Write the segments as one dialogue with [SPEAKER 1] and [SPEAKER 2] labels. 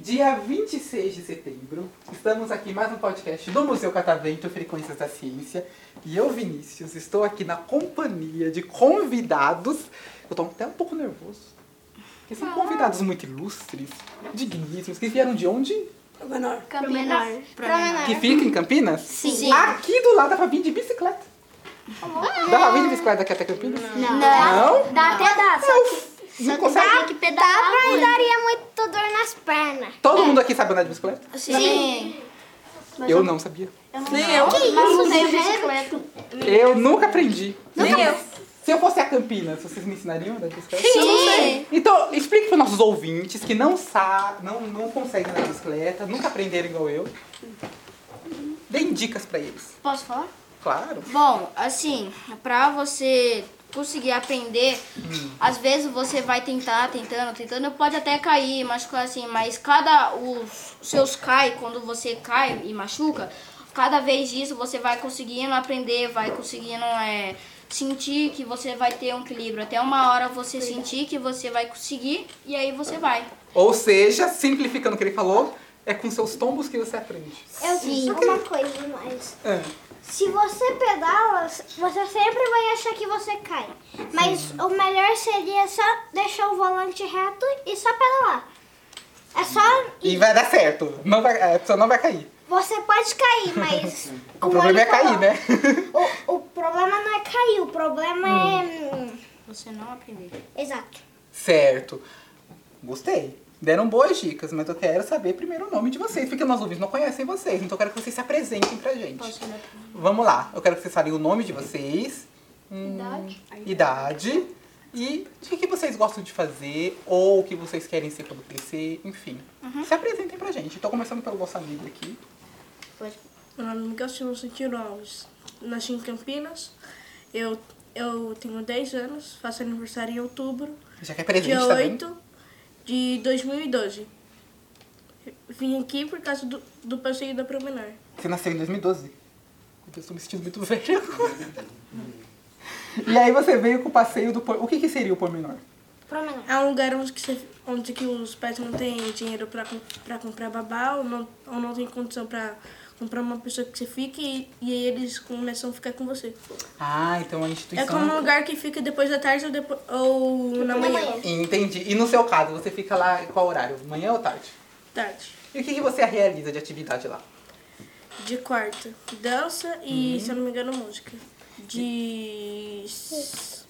[SPEAKER 1] Dia 26 de setembro, estamos aqui em mais um podcast do Museu Catavento Frequências da Ciência. E eu, Vinícius, estou aqui na companhia de convidados. Eu tô até um pouco nervoso. Porque
[SPEAKER 2] Ah.
[SPEAKER 1] são convidados muito ilustres, digníssimos, que vieram de onde?
[SPEAKER 2] Campinas. Promenor.
[SPEAKER 1] Que fica em Campinas?
[SPEAKER 2] É. Sim.
[SPEAKER 1] Aqui do lado dá pra vir de bicicleta. Dá pra vir de bicicleta aqui até Campinas?
[SPEAKER 2] Ah. Não.
[SPEAKER 1] Não?
[SPEAKER 2] Dá até dá, só que...
[SPEAKER 1] Não
[SPEAKER 2] só que
[SPEAKER 1] consegue?
[SPEAKER 2] Dá, que pedalar
[SPEAKER 3] Mas
[SPEAKER 2] muito.
[SPEAKER 3] daria muito dor nas pernas.
[SPEAKER 2] é.
[SPEAKER 1] Todo mundo aqui sabe andar de bicicleta?
[SPEAKER 2] Sim.
[SPEAKER 1] Eu não sabia.
[SPEAKER 4] Nem eu.
[SPEAKER 2] Mas não tem bicicleta.
[SPEAKER 1] Eu nunca aprendi.
[SPEAKER 4] Nem eu.
[SPEAKER 1] Se eu fosse a Campinas, vocês me ensinariam a andar de bicicleta?
[SPEAKER 2] Sim.
[SPEAKER 1] Então, explique para nossos ouvintes que não sa não, não conseguem andar de bicicleta, nunca aprenderam igual eu. Deem dicas para eles.
[SPEAKER 2] Posso falar?
[SPEAKER 1] Claro.
[SPEAKER 5] Bom, assim, pra você conseguir aprender, às vezes você vai tentar, tentando, tentando, pode até cair, machucar assim, mas cada os seus cai, quando você cai e machuca, cada vez disso você vai conseguindo aprender, vai conseguindo é, sentir que você vai ter um equilíbrio. Até uma hora você sentir que você vai conseguir e aí você vai.
[SPEAKER 1] Ou seja, simplificando o que ele falou, é com seus tombos que você aprende.
[SPEAKER 3] Eu disse uma coisa mais.
[SPEAKER 1] É.
[SPEAKER 3] Se você pedala, você sempre vai achar que você cai. Mas o melhor seria só deixar o volante reto e só pedalar. É só.
[SPEAKER 1] E vai dar certo. Não vai, a pessoa não vai cair.
[SPEAKER 3] Você pode cair, mas.
[SPEAKER 1] O problema é cair, né?
[SPEAKER 3] O, o problema não é cair, o problema é. hum,
[SPEAKER 5] Você não aprender.
[SPEAKER 3] Exato.
[SPEAKER 1] Certo. Gostei. Deram boas dicas, mas eu quero saber primeiro o nome de vocês, porque nós ouvintes não conhecem vocês, então eu quero que vocês se apresentem pra gente. Vamos lá, eu quero que vocês falem o nome de vocês, hum, idade e o que que vocês gostam de fazer ou o que vocês querem ser quando crescer, enfim. Se apresentem pra gente. Tô começando pelo nosso amigo aqui.
[SPEAKER 4] Meu nome é Gastino Santino Alves. Nasci em Campinas. Eu, eu tenho 10 anos, faço aniversário em outubro,
[SPEAKER 1] Já que é presente
[SPEAKER 4] dia
[SPEAKER 1] também.
[SPEAKER 4] 8 de 2012. Vim aqui por causa do, do passeio da Promenor.
[SPEAKER 1] Você nasceu em 2012. Eu estou me sentindo muito velho agora. E aí você veio com o passeio do... por- O que que seria o pormenor?
[SPEAKER 3] Promenor.
[SPEAKER 4] É um lugar onde, que você- onde que os pais não têm dinheiro pra, com- pra comprar babá ou não, ou não tem condição pra comprar uma pessoa que você fique e, e aí eles começam a ficar com você.
[SPEAKER 1] Ah, então a instituição...
[SPEAKER 4] É como um lugar que fica depois da tarde ou, depo- ou na
[SPEAKER 3] Na
[SPEAKER 4] manhã.
[SPEAKER 3] manhã.
[SPEAKER 1] Entendi. E no seu caso, você fica lá em qual horário? Manhã ou tarde?
[SPEAKER 4] Tarde.
[SPEAKER 1] E o que, que você realiza de atividade lá?
[SPEAKER 4] De quarta. Dança e, se eu não me engano, música. De. s-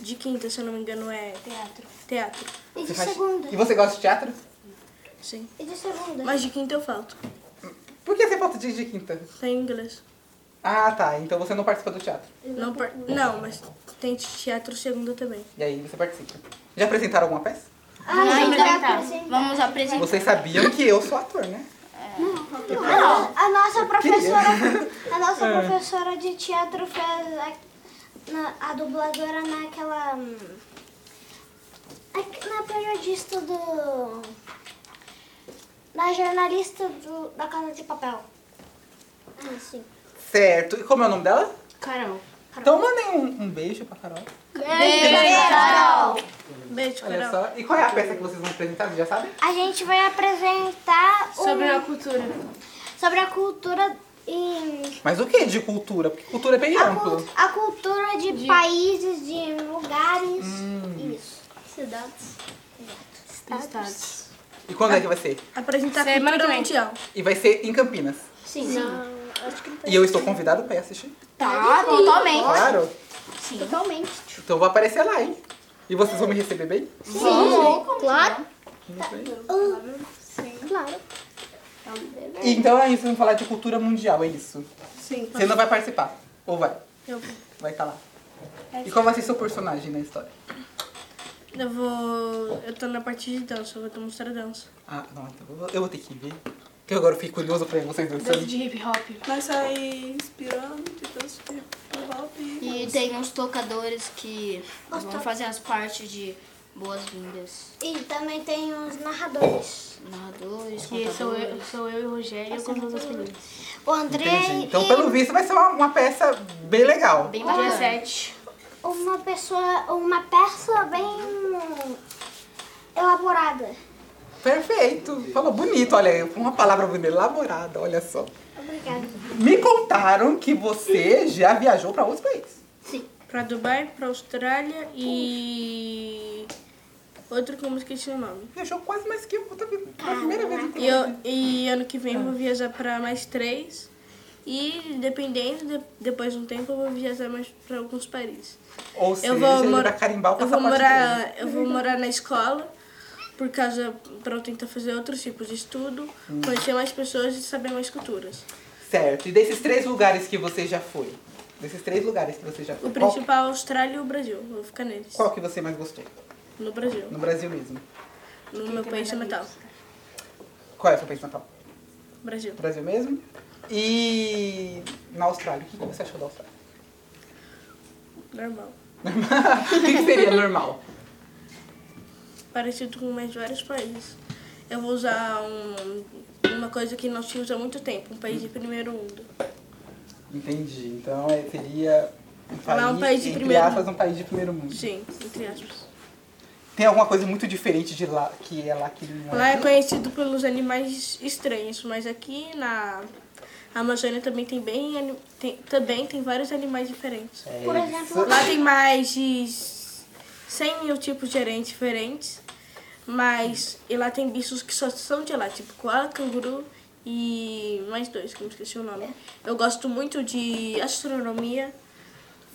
[SPEAKER 4] De quinta, se eu não me engano, é. Teatro. Teatro,
[SPEAKER 3] E
[SPEAKER 1] Você
[SPEAKER 3] de
[SPEAKER 1] faz-
[SPEAKER 3] segunda.
[SPEAKER 1] E você gosta de teatro?
[SPEAKER 4] sim.
[SPEAKER 3] E de segunda.
[SPEAKER 4] Mas de quinta eu falto.
[SPEAKER 1] Por que você falta de, de quinta?
[SPEAKER 4] Tá em inglês.
[SPEAKER 1] Ah, tá. Então você não participa do teatro.
[SPEAKER 4] Não, par- não, mas tem teatro segunda também.
[SPEAKER 1] E aí você participa. Já apresentaram alguma peça?
[SPEAKER 3] Ah, a gente vai
[SPEAKER 5] Tá,
[SPEAKER 3] apresentar.
[SPEAKER 5] vamos apresentar.
[SPEAKER 1] Vocês sabiam que eu sou ator, né?
[SPEAKER 3] A no- A nossa professora, a nossa
[SPEAKER 1] É.
[SPEAKER 3] professora de teatro fez a, na- a dubladora naquela hum, aqui na periodista do na jornalista do- da Casa de Papel. Ah, sim.
[SPEAKER 1] Certo. E como é o nome dela?
[SPEAKER 5] Carol.
[SPEAKER 1] Então mandem um, um beijo pra Carol.
[SPEAKER 4] Beijo,
[SPEAKER 1] Olha
[SPEAKER 4] Carol.
[SPEAKER 1] só. E qual é a peça que vocês vão apresentar? Vocês já sabem?
[SPEAKER 3] A gente vai apresentar um-
[SPEAKER 4] Sobre a cultura.
[SPEAKER 3] sobre a cultura em
[SPEAKER 1] Mas o que de cultura? Porque cultura é bem
[SPEAKER 3] a,
[SPEAKER 1] amplo.
[SPEAKER 3] cul- a cultura de, países, de lugares,
[SPEAKER 1] Hum.
[SPEAKER 3] isso. Cidades.
[SPEAKER 5] Estados.
[SPEAKER 1] E quando é que vai ser?
[SPEAKER 4] Apresentar a cultura mundial.
[SPEAKER 1] E vai ser em Campinas.
[SPEAKER 5] Sim.
[SPEAKER 1] E eu estou convidado pra assistir.
[SPEAKER 5] Tá, totalmente.
[SPEAKER 1] Claro.
[SPEAKER 3] Totalmente.
[SPEAKER 1] Então eu vou aparecer lá, hein? E vocês vão me receber bem?
[SPEAKER 5] Vamos.
[SPEAKER 3] Claro.
[SPEAKER 1] Muito bem.
[SPEAKER 3] Claro.
[SPEAKER 1] E Então é isso, vamos falar de cultura mundial, é isso.
[SPEAKER 4] Sim.
[SPEAKER 1] Você não vai participar. Ou vai?
[SPEAKER 4] Eu,
[SPEAKER 1] Vai estar lá. E qual vai ser seu personagem na história?
[SPEAKER 4] eu vou. Eu tô na parte de dança, eu vou mostrar a dança.
[SPEAKER 1] Ah, não, então eu vou- eu vou ter que ver. Porque agora eu fico curioso pra ver vocês dançando.
[SPEAKER 6] Vai sair inspirando de tanto tempo.
[SPEAKER 5] E tem uns tocadores que vão fazer as partes de boas-vindas.
[SPEAKER 3] E também tem os narradores.
[SPEAKER 5] Narradores,
[SPEAKER 7] E sou
[SPEAKER 5] contadores.
[SPEAKER 7] eu, sou eu e o Rogério com todas as perguntas.
[SPEAKER 3] O André
[SPEAKER 1] Entendi. Então,
[SPEAKER 3] e
[SPEAKER 1] pelo visto, vai ser uma, uma peça bem legal.
[SPEAKER 5] Bem
[SPEAKER 7] Dia
[SPEAKER 5] bacana.
[SPEAKER 7] 7.
[SPEAKER 3] uma pessoa, uma peça bem elaborada.
[SPEAKER 1] Perfeito. Falou bonito, olha, uma palavra bonita, elaborada, olha só.
[SPEAKER 3] Obrigada.
[SPEAKER 1] Me contaram que você já viajou para outros países.
[SPEAKER 4] Pra Dubai, pra Austrália e. Outro que eu me esqueci o nome.
[SPEAKER 1] Viajou quase mais que eu, outra vez, a primeira vez.
[SPEAKER 4] E, Ah, eu, e ano que vem eu vou viajar pra mais três. E dependendo, de- depois de um tempo, eu vou viajar mais pra alguns países.
[SPEAKER 1] Ou seja,
[SPEAKER 4] Eu vou,
[SPEAKER 1] ele
[SPEAKER 4] mora-
[SPEAKER 1] vai carimbar o
[SPEAKER 4] eu vou
[SPEAKER 1] passaporte dele.
[SPEAKER 4] morar, eu vou morar na escola por causa para eu tentar fazer outros tipos de estudo,
[SPEAKER 1] Hum.
[SPEAKER 4] conhecer mais pessoas e saber mais culturas.
[SPEAKER 1] Certo. E desses três lugares que você já foi? Desses três lugares que você já foi,
[SPEAKER 4] O
[SPEAKER 1] qual,
[SPEAKER 4] principal é a Austrália e o Brasil. Eu vou ficar neles.
[SPEAKER 1] qual que você mais gostou?
[SPEAKER 4] No Brasil,
[SPEAKER 1] No Brasil mesmo.
[SPEAKER 4] no meu país natal.
[SPEAKER 1] Qual é o seu país natal?
[SPEAKER 4] Brasil.
[SPEAKER 1] Brasil mesmo. E na Austrália, o que que você achou da Austrália?
[SPEAKER 4] Normal.
[SPEAKER 1] o que que seria normal?
[SPEAKER 4] Parecido com mais vários países. Eu vou usar um- uma coisa que não se usa há muito tempo, um país de primeiro mundo.
[SPEAKER 1] Entendi. Então é, seria um país,
[SPEAKER 4] Falar um país de
[SPEAKER 1] entre
[SPEAKER 4] primeiro
[SPEAKER 1] aspas, um país de primeiro mundo.
[SPEAKER 4] Sim, entre aspas.
[SPEAKER 1] Tem alguma coisa muito diferente de lá que é lá que não
[SPEAKER 4] Lá é
[SPEAKER 1] aqui?
[SPEAKER 4] conhecido pelos animais estranhos, mas aqui na Amazônia também tem bem ani- tem- também tem vários animais diferentes.
[SPEAKER 1] É
[SPEAKER 3] Por exemplo,
[SPEAKER 1] isso.
[SPEAKER 4] Lá tem mais de 100 mil tipos de aranhas diferentes, mas e lá tem bichos que só são de lá, tipo koala, canguru e mais dois, que eu esqueci o nome. Eu gosto muito de astronomia,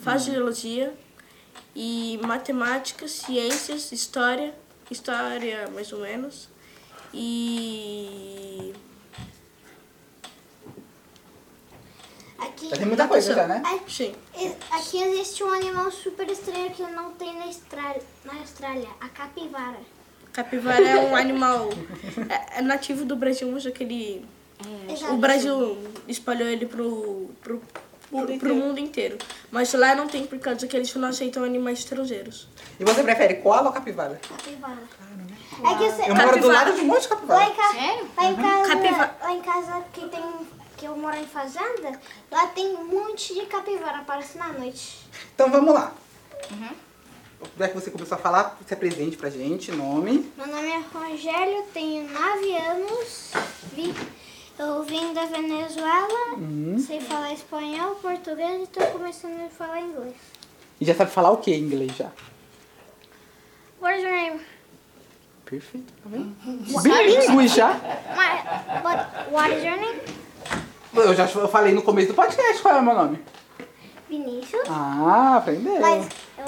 [SPEAKER 4] fagiologia e matemática, ciências, história, história mais ou menos, e
[SPEAKER 3] Aqui,
[SPEAKER 1] Já tem muita coisa já, né?
[SPEAKER 4] sim,
[SPEAKER 3] a- aqui existe um animal super estranho que não tem na Austrália, na Austrália a capivara.
[SPEAKER 4] capivara é um animal é- é nativo do Brasil, mas aquele
[SPEAKER 5] É.
[SPEAKER 4] O Brasil espalhou ele pro, pro, pro, pro mundo inteiro. Mas lá não tem por causa que eles não aceitam animais estrangeiros.
[SPEAKER 1] E você prefere koala ou capivara?
[SPEAKER 3] Capivara. É que você,
[SPEAKER 1] Eu moro do
[SPEAKER 4] Capivara.
[SPEAKER 1] lado de um monte de
[SPEAKER 3] lá, em
[SPEAKER 1] capivara.
[SPEAKER 3] ca,
[SPEAKER 5] Sério?
[SPEAKER 3] lá
[SPEAKER 1] Uhum.
[SPEAKER 3] em casa,
[SPEAKER 4] Capivara.
[SPEAKER 3] lá em casa que tem que eu moro em fazenda, lá tem um monte de capivara aparece na noite.
[SPEAKER 1] Então vamos lá.
[SPEAKER 3] Uhum.
[SPEAKER 1] Já que você começou a falar, se apresente pra gente, nome.
[SPEAKER 3] Meu nome é Rogério, tenho 9 anos. Vi- eu vim da Venezuela,
[SPEAKER 1] Uhum.
[SPEAKER 3] sei falar espanhol, português e estou começando a falar inglês.
[SPEAKER 1] E já sabe falar o que em inglês já?
[SPEAKER 3] What is your name?
[SPEAKER 1] Perfeito, tá vendo?
[SPEAKER 4] Uhum.
[SPEAKER 1] Bilíngue já.
[SPEAKER 3] My, what, what is your name?
[SPEAKER 1] Eu já eu falei no começo do podcast qual é o meu nome.
[SPEAKER 3] Vinícius.
[SPEAKER 1] Ah, aprendeu.
[SPEAKER 3] Mas eu,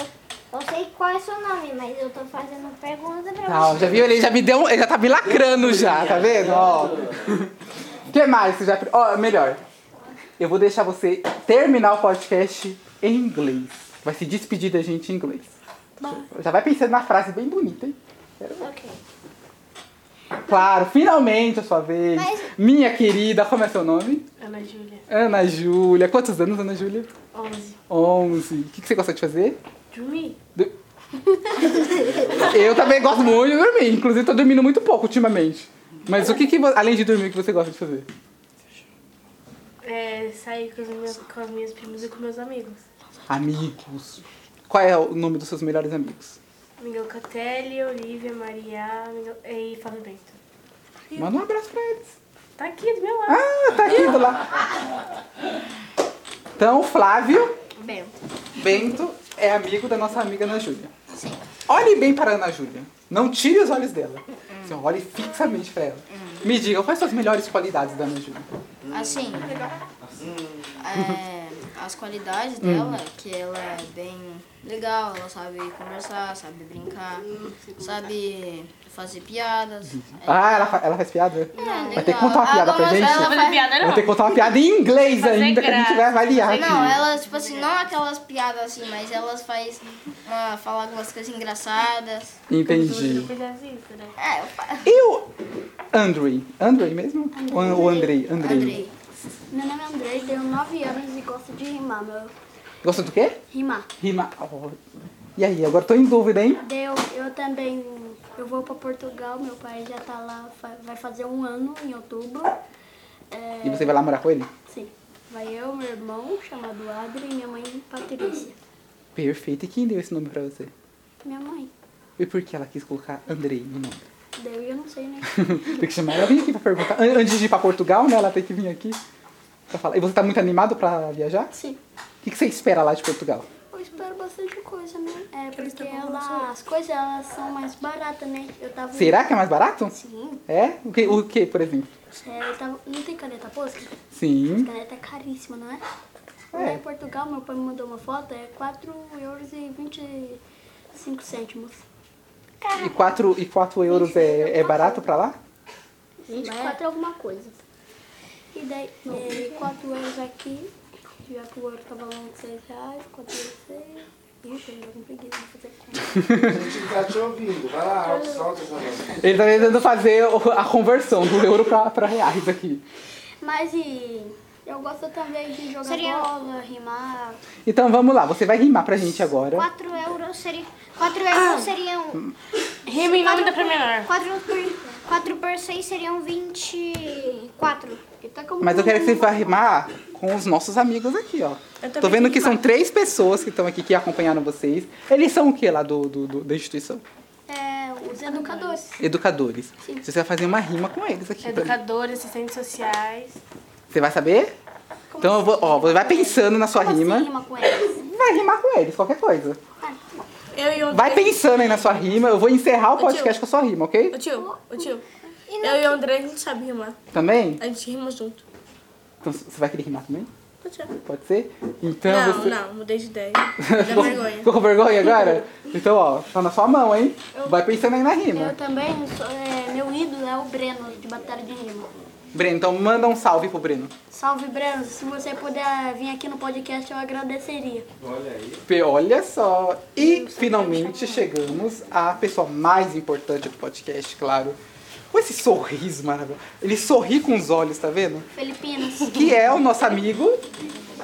[SPEAKER 3] eu sei qual é seu nome, mas eu tô fazendo pergunta pra
[SPEAKER 1] Tá, ó,
[SPEAKER 3] você.
[SPEAKER 1] já viu? Ele já me deu um- Ele já tá me lacrando já, tá vendo? Ó. O que mais? Você já... apre- Ó, melhor. Eu vou deixar você terminar o podcast em inglês. Vai se despedir da gente em inglês. Já vai pensando na frase bem bonita, hein? Quero ver.
[SPEAKER 3] Ok.
[SPEAKER 1] Claro, finalmente a sua vez.
[SPEAKER 3] Mas-
[SPEAKER 1] Minha querida, como é seu nome?
[SPEAKER 7] Ana Júlia.
[SPEAKER 1] Ana Júlia. Quantos anos, Ana Júlia?
[SPEAKER 7] 11.
[SPEAKER 1] 11. O que que você gosta de fazer?
[SPEAKER 7] Dormi?
[SPEAKER 1] Eu também gosto muito de dormir. Inclusive, tô dormindo muito pouco ultimamente. Mas o que, que vo- além de dormir, o que você gosta de fazer?
[SPEAKER 7] É, saí com, os meus, com as minhas primas e com meus amigos.
[SPEAKER 1] Amigos. Qual é o nome dos seus melhores amigos?
[SPEAKER 7] Miguel Catelli, Olivia, Maria Miguel- e Fábio Bento.
[SPEAKER 1] Manda um abraço pra eles.
[SPEAKER 7] Tá aqui do meu lado.
[SPEAKER 1] Ah, tá aqui do lá. Então, Flávio
[SPEAKER 7] Bento.
[SPEAKER 1] Bento é amigo da nossa amiga Ana Júlia. Olhe bem para a Ana Júlia. Não tire os olhos dela.
[SPEAKER 5] Hum.
[SPEAKER 1] Você olhe fixamente pra ela. Me diga, quais são as melhores qualidades da Ana Júlia?
[SPEAKER 5] Assim,
[SPEAKER 7] Ah,
[SPEAKER 5] é, as qualidades dela, que ela é bem legal, ela sabe conversar, sabe brincar, sabe fazer piadas.
[SPEAKER 1] Ah, ela, fa- ela faz piada?
[SPEAKER 5] É, legal.
[SPEAKER 1] Vai ter que contar uma
[SPEAKER 5] Ah,
[SPEAKER 1] piada pra
[SPEAKER 5] mas
[SPEAKER 1] gente?
[SPEAKER 5] ela
[SPEAKER 7] Fazer
[SPEAKER 5] faz-
[SPEAKER 7] piada
[SPEAKER 1] Vou
[SPEAKER 7] não.
[SPEAKER 1] ter que contar uma piada em inglês ainda, que a gente vai avaliar aqui.
[SPEAKER 5] Não, ela, tipo assim, não aquelas piadas assim, mas elas faz uma, fala algumas coisas engraçadas.
[SPEAKER 1] Entendi.
[SPEAKER 7] Depois é isso, né?
[SPEAKER 5] É, eu fa-
[SPEAKER 1] E o Andrei? Andrei mesmo? Ou an- O Andrei? Andrei.
[SPEAKER 5] Andrei.
[SPEAKER 2] Meu nome é André, tenho 9 anos e gosto de rimar. Meu...
[SPEAKER 1] Gosta do quê?
[SPEAKER 2] Rimar.
[SPEAKER 1] Rima. oh, E aí, agora tô em dúvida, hein?
[SPEAKER 2] Deu, eu também. Eu vou pra Portugal, meu pai já tá lá, fa- vai fazer um ano em outubro. É,
[SPEAKER 1] E você vai lá morar com ele?
[SPEAKER 2] sim. Vai eu, meu irmão, chamado Adri, e minha mãe Patrícia.
[SPEAKER 1] Perfeito. E quem deu esse nome pra você?
[SPEAKER 2] Minha mãe.
[SPEAKER 1] E por que ela quis colocar Andrei no nome?
[SPEAKER 2] Deu e eu não sei, né?
[SPEAKER 1] tem que chamar ela, vem aqui pra perguntar. An- Antes de ir pra Portugal, né? Ela tem que vir aqui pra falar. E você tá muito animado pra viajar?
[SPEAKER 2] Sim.
[SPEAKER 1] O que, que você espera lá de Portugal?
[SPEAKER 2] Eu espero bastante coisa, né? É, porque ela, as coisas elas são mais baratas, né? Eu tava.
[SPEAKER 1] Será que é mais barato?
[SPEAKER 2] Sim.
[SPEAKER 1] É? O que, o que por exemplo?
[SPEAKER 2] assim, É, eu tava... Não tem caneta posca?
[SPEAKER 1] Sim.
[SPEAKER 2] Caneta é caríssima, não é?
[SPEAKER 1] É.
[SPEAKER 2] Lá em Portugal, meu pai me mandou uma foto, é 4 euros e 25 cêntimos.
[SPEAKER 1] E 4 e quatro euros é, é barato pra lá?
[SPEAKER 2] 24 é alguma coisa. E daí, é, 4 euros aqui, já que o ouro tá valendo 6 reais, 4 euros 6. Ixi, eu já com preguiça de fazer conta.
[SPEAKER 8] A gente tá te ouvindo. Vai lá, alto, solta essa voz.
[SPEAKER 1] Ele tá tentando fazer o- a conversão do euro pra, pra reais aqui.
[SPEAKER 2] Mas e... Eu gosto também de jogar
[SPEAKER 3] Seria-
[SPEAKER 2] bola, rimar...
[SPEAKER 1] Então vamos lá, você vai rimar pra gente agora.
[SPEAKER 3] 4 euros seria. 4 euros
[SPEAKER 2] um-
[SPEAKER 3] seriam.
[SPEAKER 7] Rima em nome da Preminar.
[SPEAKER 3] 4 por, 4 por 6 seriam 24.
[SPEAKER 2] E tá como
[SPEAKER 1] Mas eu quero que você vá rimar com os nossos amigos aqui, ó.
[SPEAKER 4] Eu
[SPEAKER 1] Tô
[SPEAKER 4] também
[SPEAKER 1] vendo
[SPEAKER 4] sei
[SPEAKER 1] que
[SPEAKER 4] rimar.
[SPEAKER 1] são três pessoas que estão aqui que acompanharam vocês. Eles são o que lá do, do- do- da instituição?
[SPEAKER 2] É, os educadores.
[SPEAKER 1] Educadores. Você vai fazer uma rima com eles aqui. pra mim.
[SPEAKER 7] Educadores, assistentes sociais.
[SPEAKER 1] Você vai saber? então eu vou, ó, você vai pensando na sua rima.
[SPEAKER 2] Rima com eles.
[SPEAKER 1] Vai rimar com eles, qualquer coisa.
[SPEAKER 4] Eu e o
[SPEAKER 1] Vai
[SPEAKER 4] André.
[SPEAKER 1] pensando aí na sua rima. Eu vou encerrar o podcast com a sua rima,
[SPEAKER 4] Ô
[SPEAKER 1] ok?
[SPEAKER 4] tio, ô tio. Eu e o André, a gente sabe rimar.
[SPEAKER 1] Também?
[SPEAKER 4] A gente rima junto.
[SPEAKER 1] Então você vai querer rimar também?
[SPEAKER 4] Pode ser.
[SPEAKER 1] Pode ser? Então
[SPEAKER 4] Não,
[SPEAKER 1] você.
[SPEAKER 4] não, mudei de ideia. Dá vergonha.
[SPEAKER 1] Ficou com vergonha agora? Então, ó, tá na sua mão, hein? Vai pensando aí na rima.
[SPEAKER 2] Eu também, sou, é, meu ídolo é o Breno, de Batalha de Rima.
[SPEAKER 1] Breno, então manda um salve pro Breno.
[SPEAKER 2] Salve, Breno. Se você puder vir aqui no podcast, eu agradeceria.
[SPEAKER 8] Olha aí.
[SPEAKER 1] Pe- Olha só! E finalmente chegamos à pessoa mais importante do podcast, claro. Com esse sorriso maravilhoso. Ele sorri com os olhos, tá vendo?
[SPEAKER 2] Filipinas,
[SPEAKER 1] Que é o nosso amigo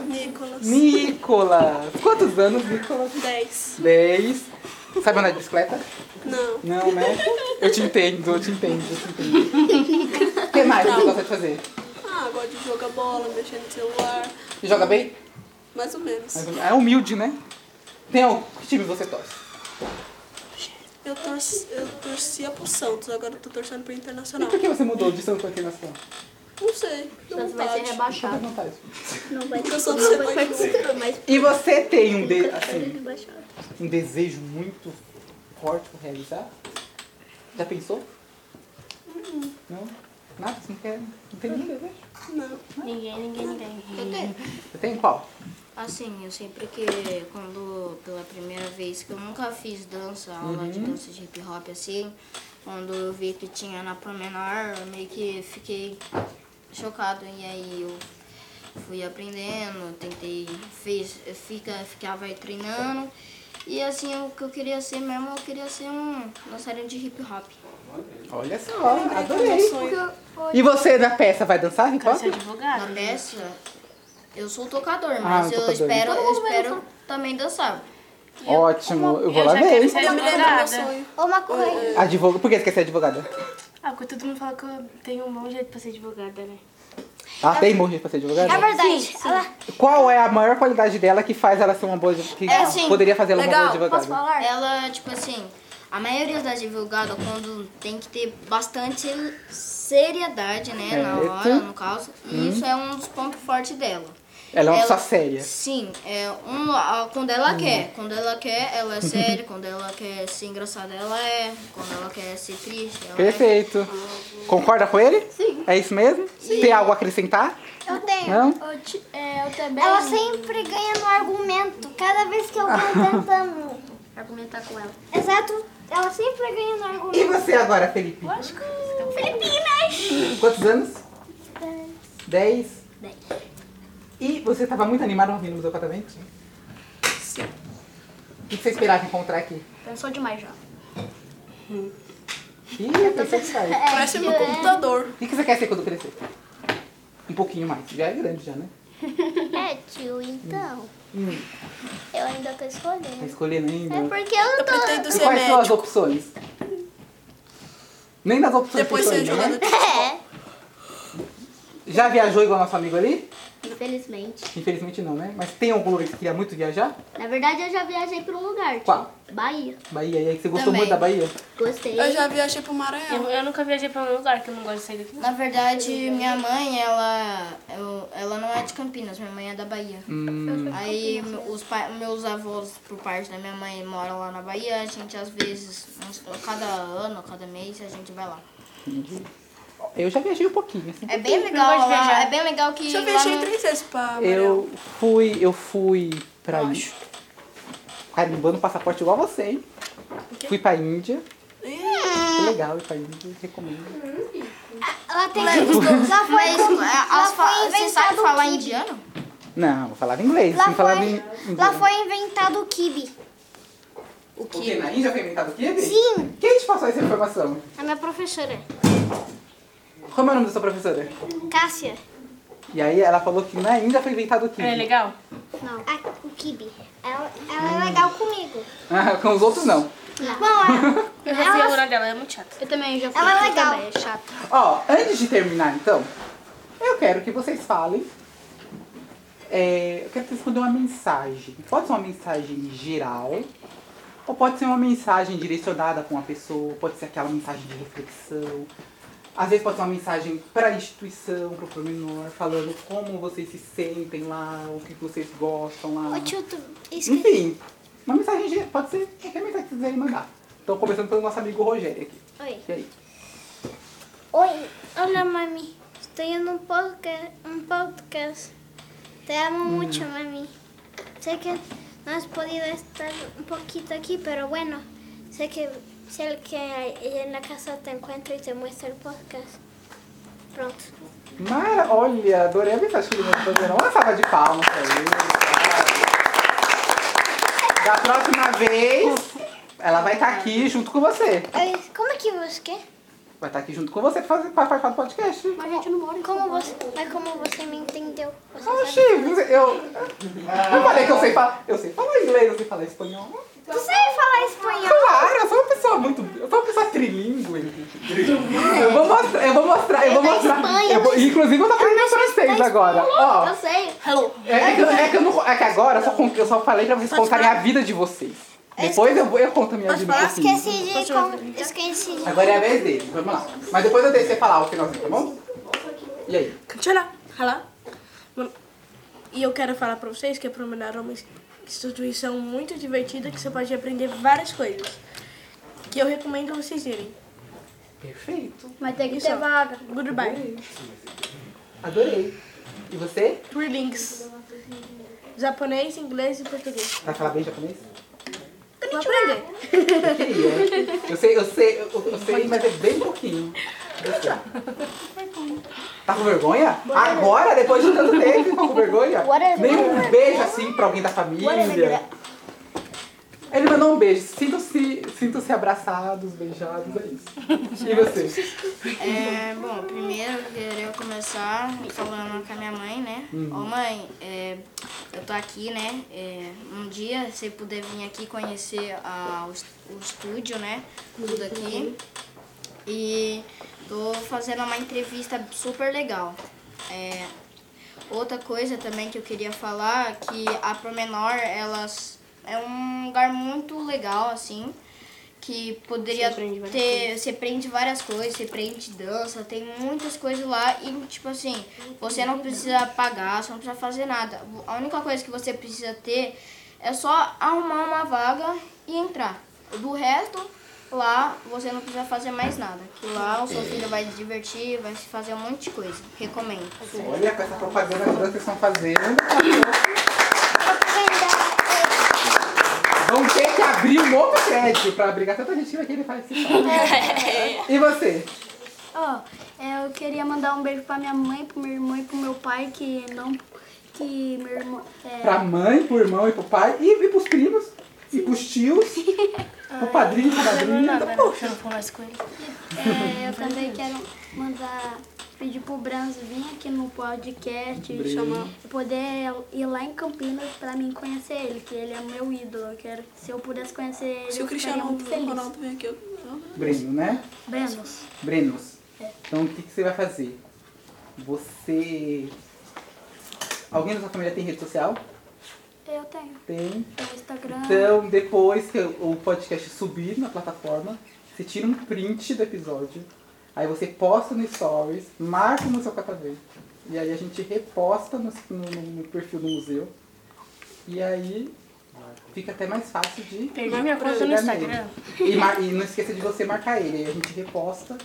[SPEAKER 4] Nicolas.
[SPEAKER 1] Nicolas. Quantos anos, Nicolas?
[SPEAKER 6] 10.
[SPEAKER 1] 10. Sabe andar de bicicleta?
[SPEAKER 6] Não.
[SPEAKER 1] Não, né? Eu te entendo, eu te entendo, eu te entendo. O que mais você gosta de fazer?
[SPEAKER 6] Ah, gosto de jogar bola, mexer no celular.
[SPEAKER 1] Você joga bem?
[SPEAKER 6] Mais ou menos.
[SPEAKER 1] Mas É humilde, né? Tem algum que time você torce?
[SPEAKER 6] Eu, torci, eu torcia pro Santos, agora eu tô torcendo pro Internacional.
[SPEAKER 1] Por que você mudou de Santos aqui na sua?
[SPEAKER 6] Não sei. Deu
[SPEAKER 2] você vai
[SPEAKER 6] vontade.
[SPEAKER 2] ser
[SPEAKER 1] Fica à
[SPEAKER 2] rebaixado.
[SPEAKER 1] vontade.
[SPEAKER 6] Porque o Santos é muito
[SPEAKER 1] E você tem um, de, assim, um desejo muito forte por realizar? Já pensou? Não? Nada? Você não quer? Não tem nenhum desejo?
[SPEAKER 6] Não.
[SPEAKER 7] Ninguém, ninguém, ninguém.
[SPEAKER 5] Eu tenho.
[SPEAKER 1] Você tem qual?
[SPEAKER 5] Assim, eu sempre que quando pela primeira vez que eu nunca fiz dança, aula
[SPEAKER 1] Uhum.
[SPEAKER 5] de dança de hip hop assim, quando eu vi que tinha na promenor, eu meio que fiquei chocado e aí eu fui aprendendo, tentei, fiz, fica, ficava aí treinando. E assim, o que eu queria ser mesmo, eu queria ser um dançarino de hip hop.
[SPEAKER 1] Olha só, adorei. E você na peça vai dançar, hip hop?
[SPEAKER 5] Na peça, eu sou tocador,
[SPEAKER 1] Ah,
[SPEAKER 5] mas eu
[SPEAKER 1] tocador.
[SPEAKER 5] espero, eu espero também dançar.
[SPEAKER 1] Ótimo, eu vou lá ver.
[SPEAKER 6] Eu me lembro do meu sonho.
[SPEAKER 3] Ou uma coisa.
[SPEAKER 1] Advogado. Por que você quer ser advogada?
[SPEAKER 7] Ah, porque todo mundo fala que eu tenho um bom jeito pra ser advogada, né?
[SPEAKER 1] Ela Ah, tem morrer pra ser
[SPEAKER 3] É
[SPEAKER 1] advogada?
[SPEAKER 3] verdade. Ela,
[SPEAKER 1] Qual é a maior qualidade dela que faz ela ser uma boa advogada? Que
[SPEAKER 5] É, sim.
[SPEAKER 1] poderia fazer ela uma boa
[SPEAKER 2] Posso
[SPEAKER 1] advogada?
[SPEAKER 2] falar?
[SPEAKER 5] Ela, tipo assim, a maioria das divulgadas, quando tem que ter bastante seriedade, né, na
[SPEAKER 1] Certo. Hum.
[SPEAKER 5] hora, no caso, e isso é um dos pontos fortes dela.
[SPEAKER 1] Ela é uma pessoa séria. Hum.
[SPEAKER 5] Sim, é um, a- quando ela quer. Quando ela quer, ela é séria. quando ela quer ser engraçada, ela é. Quando ela quer ser triste, ela é.
[SPEAKER 1] Perfeito. Concorda com ele? Sim. É isso mesmo? Tem algo a acrescentar?
[SPEAKER 3] eu tenho.
[SPEAKER 1] Não?
[SPEAKER 2] Eu, te- é, eu também.
[SPEAKER 3] Ela sempre ganha no argumento. Cada vez que eu vou tentando.
[SPEAKER 2] Argumentar com ela.
[SPEAKER 3] Exato. Ela sempre ganha no argumento.
[SPEAKER 1] E você agora, Felipe?
[SPEAKER 3] Filipinas.
[SPEAKER 1] Quantos anos? Dez. E você estava muito animado ouvindo nos apartamentos?
[SPEAKER 6] Sim.
[SPEAKER 1] O que você esperava encontrar aqui? Hum.
[SPEAKER 2] Pensou demais já.
[SPEAKER 1] Ih, é eu pensei que vai.
[SPEAKER 6] Parece meu computador.
[SPEAKER 1] O que que você quer ser quando crescer? Um pouquinho mais. Já é grande já, né?
[SPEAKER 2] É, tio, então. Eu ainda tô
[SPEAKER 1] Tá
[SPEAKER 2] escolhendo.
[SPEAKER 1] escolhendo ainda?
[SPEAKER 2] É porque eu não
[SPEAKER 6] Eu
[SPEAKER 2] tô.
[SPEAKER 6] pretendo
[SPEAKER 1] E
[SPEAKER 6] ser
[SPEAKER 1] quais são as
[SPEAKER 6] médico.
[SPEAKER 1] opções? Nem nas opções
[SPEAKER 6] Depois
[SPEAKER 1] você
[SPEAKER 6] ser
[SPEAKER 1] escolheu,
[SPEAKER 6] jogador
[SPEAKER 1] né?
[SPEAKER 6] de
[SPEAKER 2] É,
[SPEAKER 1] Já viajou igual nosso amigo ali?
[SPEAKER 2] infelizmente.
[SPEAKER 1] Infelizmente não, né? Mas tem algum lugar que você queria muito viajar?
[SPEAKER 2] Na verdade, eu já viajei pra um lugar.
[SPEAKER 3] tipo,
[SPEAKER 2] tio.
[SPEAKER 1] Qual?
[SPEAKER 2] Bahia.
[SPEAKER 1] Bahia. E aí, você gostou
[SPEAKER 5] Também.
[SPEAKER 1] muito da Bahia?
[SPEAKER 2] Gostei.
[SPEAKER 6] Eu já viajei pro Maranhão.
[SPEAKER 7] Eu, eu nunca viajei pra um lugar que eu não gosto de sair daqui.
[SPEAKER 5] Na verdade, minha mãe, ela, eu- ela não é de Campinas, minha mãe é da Bahia. Aí meu- os pa- meus avós, por parte da minha mãe, moram lá na Bahia. A gente às vezes, uns- cada ano, cada mês, a gente vai lá.
[SPEAKER 1] Eu já viajei um pouquinho, assim.
[SPEAKER 5] É bem
[SPEAKER 7] gosto de
[SPEAKER 5] legal lá,
[SPEAKER 7] viajar.
[SPEAKER 5] é bem legal que
[SPEAKER 6] Já
[SPEAKER 5] lá
[SPEAKER 6] viajei
[SPEAKER 5] no-
[SPEAKER 6] três vezes pra Maranhão.
[SPEAKER 1] Eu fui, eu fui pra Índia. Carimbando o passaporte igual você, hein? Fui pra Índia. Foi legal ir pra Índia, recomendo.
[SPEAKER 3] Ela tem que. Já foi.
[SPEAKER 5] Mas,
[SPEAKER 3] com-
[SPEAKER 5] é, as
[SPEAKER 3] já
[SPEAKER 5] fa-
[SPEAKER 3] foi
[SPEAKER 5] Você sabe
[SPEAKER 3] inventado
[SPEAKER 5] falar
[SPEAKER 3] o
[SPEAKER 7] um
[SPEAKER 3] kibe.
[SPEAKER 5] indiano?
[SPEAKER 1] Não, eu falava inglês.
[SPEAKER 3] Lá
[SPEAKER 1] Sim, falava
[SPEAKER 3] foi-
[SPEAKER 1] in-
[SPEAKER 3] Lá
[SPEAKER 1] indiano.
[SPEAKER 3] foi inventado o kibe.
[SPEAKER 5] O
[SPEAKER 1] O quê?
[SPEAKER 5] que?
[SPEAKER 1] Na Índia foi inventado o kibe?
[SPEAKER 3] Sim.
[SPEAKER 1] Quem te passou essa informação?
[SPEAKER 3] A minha professora,
[SPEAKER 1] Como é o nome da sua professora?
[SPEAKER 3] Cássia.
[SPEAKER 1] E aí ela falou que na Índia foi inventado o kibe.
[SPEAKER 7] É legal?
[SPEAKER 3] Não. o kibe. Ela, ela é legal comigo.
[SPEAKER 1] Ah, com os outros não.
[SPEAKER 3] Bom,
[SPEAKER 7] Eu já fui a hora dela, é muito chato.
[SPEAKER 2] Eu também já fui.
[SPEAKER 3] Ela é
[SPEAKER 2] eu
[SPEAKER 3] legal.
[SPEAKER 2] também, é chato.
[SPEAKER 1] Ó, antes de terminar então, eu quero que vocês falem. é, eu quero que vocês mandem uma mensagem. Pode ser uma mensagem geral, ou pode ser uma mensagem direcionada para uma pessoa, pode ser aquela mensagem de reflexão. Às vezes pode ser uma mensagem para a instituição, para o promenor, falando como vocês se sentem lá, o que vocês gostam lá.
[SPEAKER 3] Ô, tio, tu esqueceu.
[SPEAKER 1] Enfim, uma mensagem geral, pode ser qualquer mensagem que vocês quiserem mandar. Então, começando pelo nosso amigo Rogério aqui.
[SPEAKER 3] Oi.
[SPEAKER 1] E aí?
[SPEAKER 3] Oi. Olha, mami. Estou indo um podcast. Um podcast. Te amo muito, mami. Sé que no has podido estar un poquito aquí, pero bueno, sé que sé el que hay- en la casa te encuentro y te muestro el podcast. Pronto.
[SPEAKER 1] Mara, olha, adorei a mensagem que ele mandou. fazendo. Uma salva de palmas pra ele. Da próxima vez, ela vai estar aqui junto com você.
[SPEAKER 3] Oi, como é que busqué?
[SPEAKER 1] Vai estar aqui junto com você pra fazer- pra participar do podcast.
[SPEAKER 2] Mas a gente não mora em
[SPEAKER 3] Como você, mas como você me entendeu? Você
[SPEAKER 1] Oxi, eu. Não falei que eu sei falar. Eu sei falar inglês, eu sei falar espanhol.
[SPEAKER 3] Tu sabe falar espanhol?
[SPEAKER 1] Claro, eu sou uma pessoa muito. Eu sou uma pessoa trilingue. Eu vou mostrar, eu vou mostrar, eu vou mostrar.
[SPEAKER 3] tá Espanha,
[SPEAKER 1] Eu vou- inclusive, eu tô aprendendo
[SPEAKER 3] tá
[SPEAKER 1] francês agora. Ó.
[SPEAKER 3] Eu sei.
[SPEAKER 1] É, é que, eu- é que eu não- é que agora eu só, con- eu só falei pra vocês contarem a vida de vocês.
[SPEAKER 3] É
[SPEAKER 1] Depois eu, vou- eu conto a minha vida. um pouquinho.
[SPEAKER 3] Esqueci de, con- esqueci de
[SPEAKER 1] Agora é a vez dele, vamos lá. Mas depois eu deixo você falar o finalzinho, tá bom? E aí?
[SPEAKER 4] Tchala, rala. Mano, E eu quero falar pra vocês que a Promenade é uma
[SPEAKER 6] é
[SPEAKER 4] instituição muito divertida que você pode aprender várias coisas. Que eu recomendo vocês irem.
[SPEAKER 1] Perfeito.
[SPEAKER 2] Mas tem que
[SPEAKER 4] Isso.
[SPEAKER 2] ter vaga.
[SPEAKER 4] Goodbye.
[SPEAKER 1] É Adorei. E você?
[SPEAKER 4] Three links. Japonês, inglês e português.
[SPEAKER 1] Vai falar bem japonês?
[SPEAKER 4] Vou aprender.
[SPEAKER 1] Eu queria. Eu sei, eu sei, eu, eu sei, mas é bem pouquinho. Eu sei. Tá com vergonha? Agora, depois de tanto tempo, tá com vergonha? Nem um beijo assim pra alguém da família. Ele mandou um beijo. Sintam-se sintam abraçados, beijados, é isso. E você?
[SPEAKER 5] É, bom, primeiro eu queria começar falando com a minha mãe, né? Ô mãe, é, eu tô aqui, né? É, um dia, se puder vir aqui conhecer a, o, es- o estúdio, né? Tudo aqui. E tô fazendo uma entrevista super legal. É, outra coisa também que eu queria falar é que a Promenor, elas é um lugar muito legal, assim, que poderia ter. Você prende várias coisas, você prende dança, tem muitas coisas lá e tipo assim, você não precisa pagar, você não precisa fazer nada. A única coisa que você precisa ter é só arrumar uma vaga e entrar. Do resto, Lá você não precisa fazer mais nada. Que lá o seu filho vai se divertir, vai se fazer um monte de coisa. Recomendo.
[SPEAKER 1] Olha com essa propaganda toda que vocês estão fazendo. tá Vão ter que abrir um novo crédito pra abrigar tanta gente que vai querer participar. E você?
[SPEAKER 2] Ó, é, eu queria mandar um beijo pra minha mãe, pro meu irmão e pro meu pai, que não. Que meu irmão. É,
[SPEAKER 1] Pra mãe, pro irmão e pro pai, e, e pros primos, e pros tios, pro padrinho, Então, pra
[SPEAKER 7] Não,
[SPEAKER 1] madrinha.
[SPEAKER 7] não, não, não, eu não converso com ele.
[SPEAKER 2] é, eu também quero mandar pedir pro Brands vir aqui no podcast e
[SPEAKER 1] Bri.
[SPEAKER 2] chamar, poder ir lá em Campinas pra mim conhecer ele, que ele é meu ídolo. Eu quero, se eu pudesse conhecer ele,
[SPEAKER 6] Se
[SPEAKER 2] eu
[SPEAKER 6] o Cristiano
[SPEAKER 2] ficaria muito feliz.
[SPEAKER 6] Ronaldo vem aqui, eu... eu-
[SPEAKER 1] Breno, né?
[SPEAKER 2] Brenos,
[SPEAKER 1] Brenos. Então o que, que você vai fazer? Você. Alguém da sua família tem rede social?
[SPEAKER 2] eu tenho.
[SPEAKER 1] Tem.
[SPEAKER 2] Tem Instagram.
[SPEAKER 1] Então, depois que o podcast subir na plataforma, você tira um print do episódio. Aí você posta no Stories, marca no seu KKV. E aí a gente reposta no, no- no perfil do museu. E aí fica até mais fácil de.
[SPEAKER 7] Perdi minha conta no
[SPEAKER 1] chegar
[SPEAKER 7] Instagram.
[SPEAKER 1] nele. E, mar- e não esqueça de você marcar ele. Aí a gente reposta,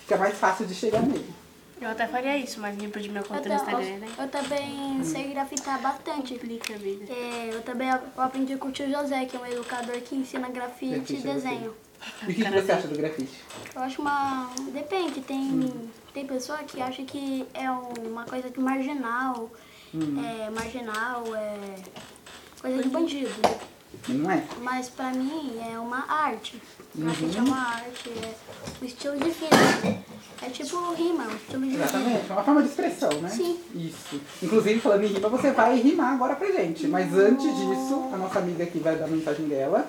[SPEAKER 1] fica mais fácil de chegar nele.
[SPEAKER 7] Eu até faria isso, mas me perdi minha
[SPEAKER 2] Eu,
[SPEAKER 7] conta no
[SPEAKER 2] ta-
[SPEAKER 7] Instagram, né?
[SPEAKER 2] eu, eu também sei grafitar bastante.
[SPEAKER 7] Complica a vida.
[SPEAKER 2] É, eu também a- eu aprendi com o tio José, que é um educador que ensina grafite
[SPEAKER 1] Grafite,
[SPEAKER 2] e
[SPEAKER 1] eu gostei.
[SPEAKER 2] desenho.
[SPEAKER 1] E o que, que você acha do grafite?
[SPEAKER 2] Eu acho uma. Depende, tem, tem pessoa que acha que é uma coisa de marginal, é marginal, é coisa de bandido.
[SPEAKER 1] Não é?
[SPEAKER 2] Mas pra mim é uma arte. Grafite é uma arte, é um estilo de vida. É tipo rima, um estilo de vida.
[SPEAKER 1] Exatamente, é uma forma de expressão, né?
[SPEAKER 2] Sim.
[SPEAKER 1] Isso. Inclusive, falando em rima, você vai rimar agora pra gente. Mas antes disso, a nossa amiga aqui vai dar a mensagem dela.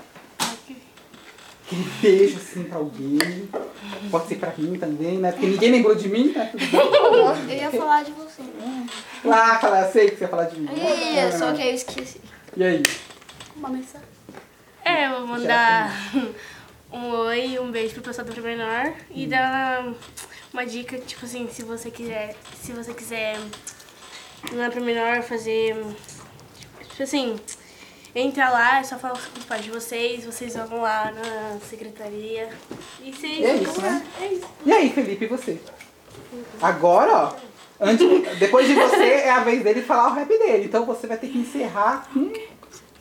[SPEAKER 1] Aquele beijo assim pra alguém. Pode ser pra mim também, né? Porque ninguém lembrou de mim, né? Tudo bem.
[SPEAKER 5] Eu ia falar de você.
[SPEAKER 1] Lá, fala, eu sei que você ia falar de mim.
[SPEAKER 2] É
[SPEAKER 5] Ih, só que aí eu esqueci.
[SPEAKER 1] E aí?
[SPEAKER 2] Uma mensagem.
[SPEAKER 7] É, eu vou mandar um oi, um beijo pro pessoal do Menor
[SPEAKER 1] Hum.
[SPEAKER 7] e dar uma, uma dica, tipo assim, se você quiser, se você quiser na Menor fazer, tipo assim, entra lá, é só falar com os pais de vocês, vocês vão lá na secretaria e vocês...
[SPEAKER 1] É isso, né? E aí, Felipe, e você? Agora, ó. antes- depois de você, é a vez dele falar o rap dele. Então você vai ter que encerrar com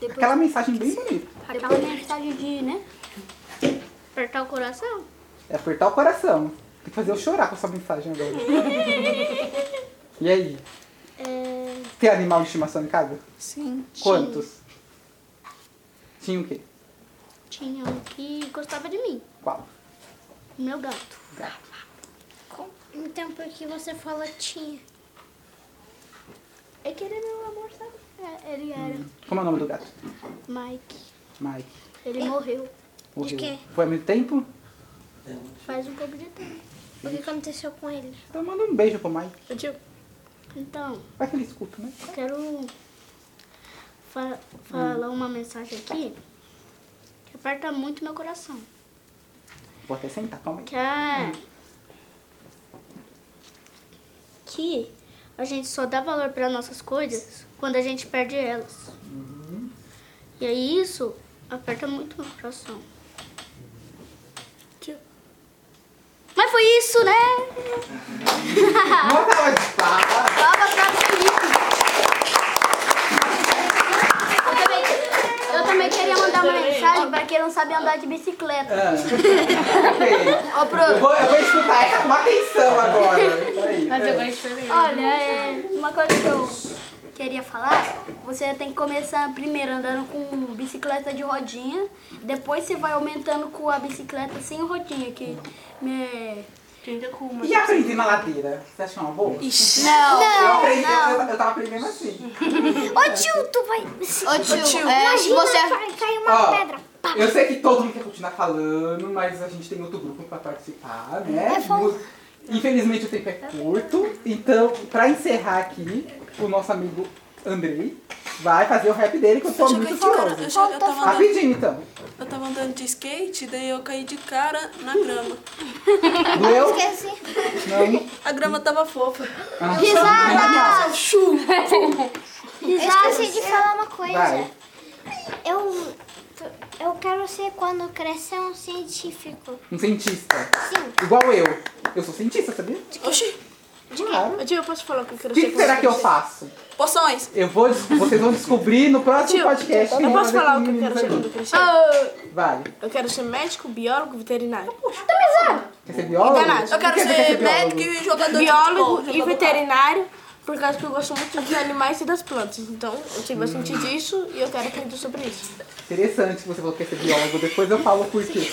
[SPEAKER 1] aquela mensagem bem bonita.
[SPEAKER 2] Aquela mensagem de, né?
[SPEAKER 3] Apertar o coração?
[SPEAKER 1] É apertar o coração. Tem que fazer eu chorar com essa mensagem agora. e aí?
[SPEAKER 3] Eh,
[SPEAKER 1] Tem animal de estimação em casa?
[SPEAKER 5] Sim.
[SPEAKER 1] Quantos? Tinha o quê?
[SPEAKER 3] Tinha um que gostava de mim,
[SPEAKER 1] Qual?
[SPEAKER 3] meu gato. Gato. Então por que você fala tinha?
[SPEAKER 2] É que ele é meu amor, sabe? É, ele era.
[SPEAKER 3] Hum.
[SPEAKER 1] Como é o nome do gato?
[SPEAKER 2] Mike.
[SPEAKER 1] Mike.
[SPEAKER 2] Ele morreu.
[SPEAKER 1] Morreu.
[SPEAKER 3] quê?
[SPEAKER 1] Foi há muito tempo?
[SPEAKER 2] Faz um pouco de tempo.
[SPEAKER 3] O que aconteceu com ele?
[SPEAKER 1] Então manda um beijo pro Mike.
[SPEAKER 2] Então,
[SPEAKER 1] Vai que ele escuta, né?
[SPEAKER 2] eu quero fa- falar uma mensagem aqui que aperta muito meu coração.
[SPEAKER 1] Vou até sentar, calma aí.
[SPEAKER 2] Que é. Que a gente só dá valor para nossas coisas quando a gente perde elas. E aí isso aperta muito meu coração. Mas foi isso, né?
[SPEAKER 1] Uma salva de palmas.
[SPEAKER 2] Eu também, eu também queria mandar uma mensagem para quem não sabe andar de bicicleta.
[SPEAKER 1] Ah, ok. Ah. eu, vou, eu vou escutar essa com atenção agora. Peraí.
[SPEAKER 2] Olha, é, uma coisa que eu queria falar, você tem que começar primeiro andando com bicicleta de rodinha, depois você vai aumentando com a bicicleta sem rodinha, que né? me-
[SPEAKER 7] Tenta com uma...
[SPEAKER 1] E aprender na ladeira? Você acha uma boa?
[SPEAKER 5] Não.
[SPEAKER 1] eu, aprendi, eu, eu tava aprendendo assim.
[SPEAKER 3] Ô tio, tu vai.
[SPEAKER 5] Ô tio, é, se você...
[SPEAKER 3] Vai cair uma
[SPEAKER 1] Ó,
[SPEAKER 3] pedra. Pá.
[SPEAKER 1] eu sei que todo mundo quer continuar falando, mas a gente tem outro grupo pra participar, né? Mu- Infelizmente o tempo é curto, então pra encerrar aqui, o nosso amigo Andrei vai fazer o rap dele que eu tô
[SPEAKER 6] Eu
[SPEAKER 1] muito
[SPEAKER 6] caí de cara, eu,
[SPEAKER 1] curioso.
[SPEAKER 6] já- eu tava andando,
[SPEAKER 1] Rapidinho então.
[SPEAKER 6] eu tava andando de skate, daí eu caí de cara na grama.
[SPEAKER 1] Doeu?
[SPEAKER 3] Esqueci.
[SPEAKER 1] Não.
[SPEAKER 6] A grama tava fofa.
[SPEAKER 1] Ah, não.
[SPEAKER 3] Eu esqueci de falar uma coisa.
[SPEAKER 1] Vai.
[SPEAKER 3] Eu, eu quero ser quando crescer um científico.
[SPEAKER 1] Um cientista.
[SPEAKER 3] Sim.
[SPEAKER 1] Igual eu. Eu sou cientista, sabia?
[SPEAKER 6] Oxi,
[SPEAKER 1] Claro.
[SPEAKER 4] Ô, Tio, eu posso falar o que é eu
[SPEAKER 1] O
[SPEAKER 4] quero
[SPEAKER 1] que
[SPEAKER 4] ser
[SPEAKER 1] que
[SPEAKER 4] quando
[SPEAKER 1] será que eu
[SPEAKER 4] crescer?
[SPEAKER 1] faço?
[SPEAKER 6] poções.
[SPEAKER 1] Eu vou, des- vocês vão descobrir no próximo
[SPEAKER 4] Tio,
[SPEAKER 1] podcast. é
[SPEAKER 4] eu
[SPEAKER 1] vou
[SPEAKER 4] posso
[SPEAKER 1] fazer
[SPEAKER 4] falar
[SPEAKER 1] com
[SPEAKER 4] o que eu quero ser
[SPEAKER 1] meninos
[SPEAKER 4] quando
[SPEAKER 1] aí.
[SPEAKER 4] crescer?
[SPEAKER 1] Vai.
[SPEAKER 4] Eu quero ser médico, biólogo, veterinário.
[SPEAKER 1] Quer ser biólogo?
[SPEAKER 4] Enganado.
[SPEAKER 6] Eu quero
[SPEAKER 1] Quem quer
[SPEAKER 6] ser
[SPEAKER 1] biólogo?
[SPEAKER 6] médico e jogador de
[SPEAKER 4] biólogo
[SPEAKER 6] futebol.
[SPEAKER 4] e veterinário, por causa que eu gosto muito dos animais e das plantas. Então, eu sei bastante disso e eu quero aprender sobre isso.
[SPEAKER 1] Interessante que você falou que ia ser biólogo, depois eu falo por quê.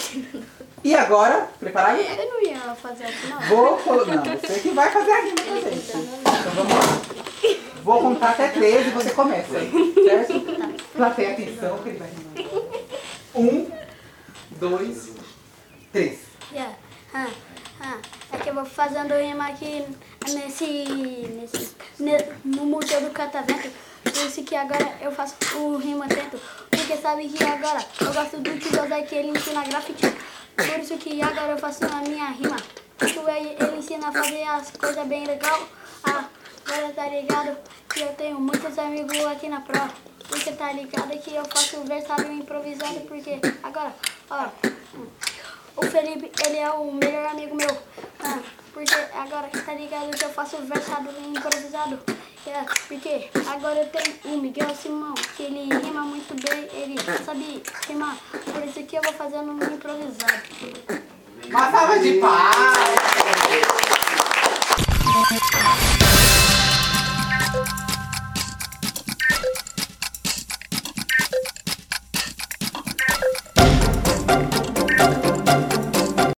[SPEAKER 1] E agora, preparado?
[SPEAKER 2] Eu não ia fazer aqui, não.
[SPEAKER 1] Vou colo- Não, você que vai fazer a rima com a gente. Então vamos lá. Vou contar até 13 e você começa. Certo? Plateia atenção que ele vai rimar. Um, dois, três.
[SPEAKER 2] Yeah. Ah, ah. É que eu vou fazendo rima aqui nesse. nesse ne- no Museu do Catavento. Por isso que agora eu faço o rima dentro. Porque sabe que agora eu gosto do tio José que ele ensina grafite. Por isso que agora eu faço a minha rima. Isso aí ele ensina a fazer as coisas bem legal. Ah, agora tá ligado que eu tenho muitos amigos aqui na prova. Você tá ligado que eu faço versátil improvisado porque agora, ó, o Felipe, ele é o melhor amigo meu. Ah, porque agora tá ligado que eu faço versado e improvisado. É, porque agora eu tenho o Miguel Simão, que ele rima muito bem, ele sabe rimar. Por isso que eu vou fazendo um improvisado.
[SPEAKER 1] Uma salva de paz!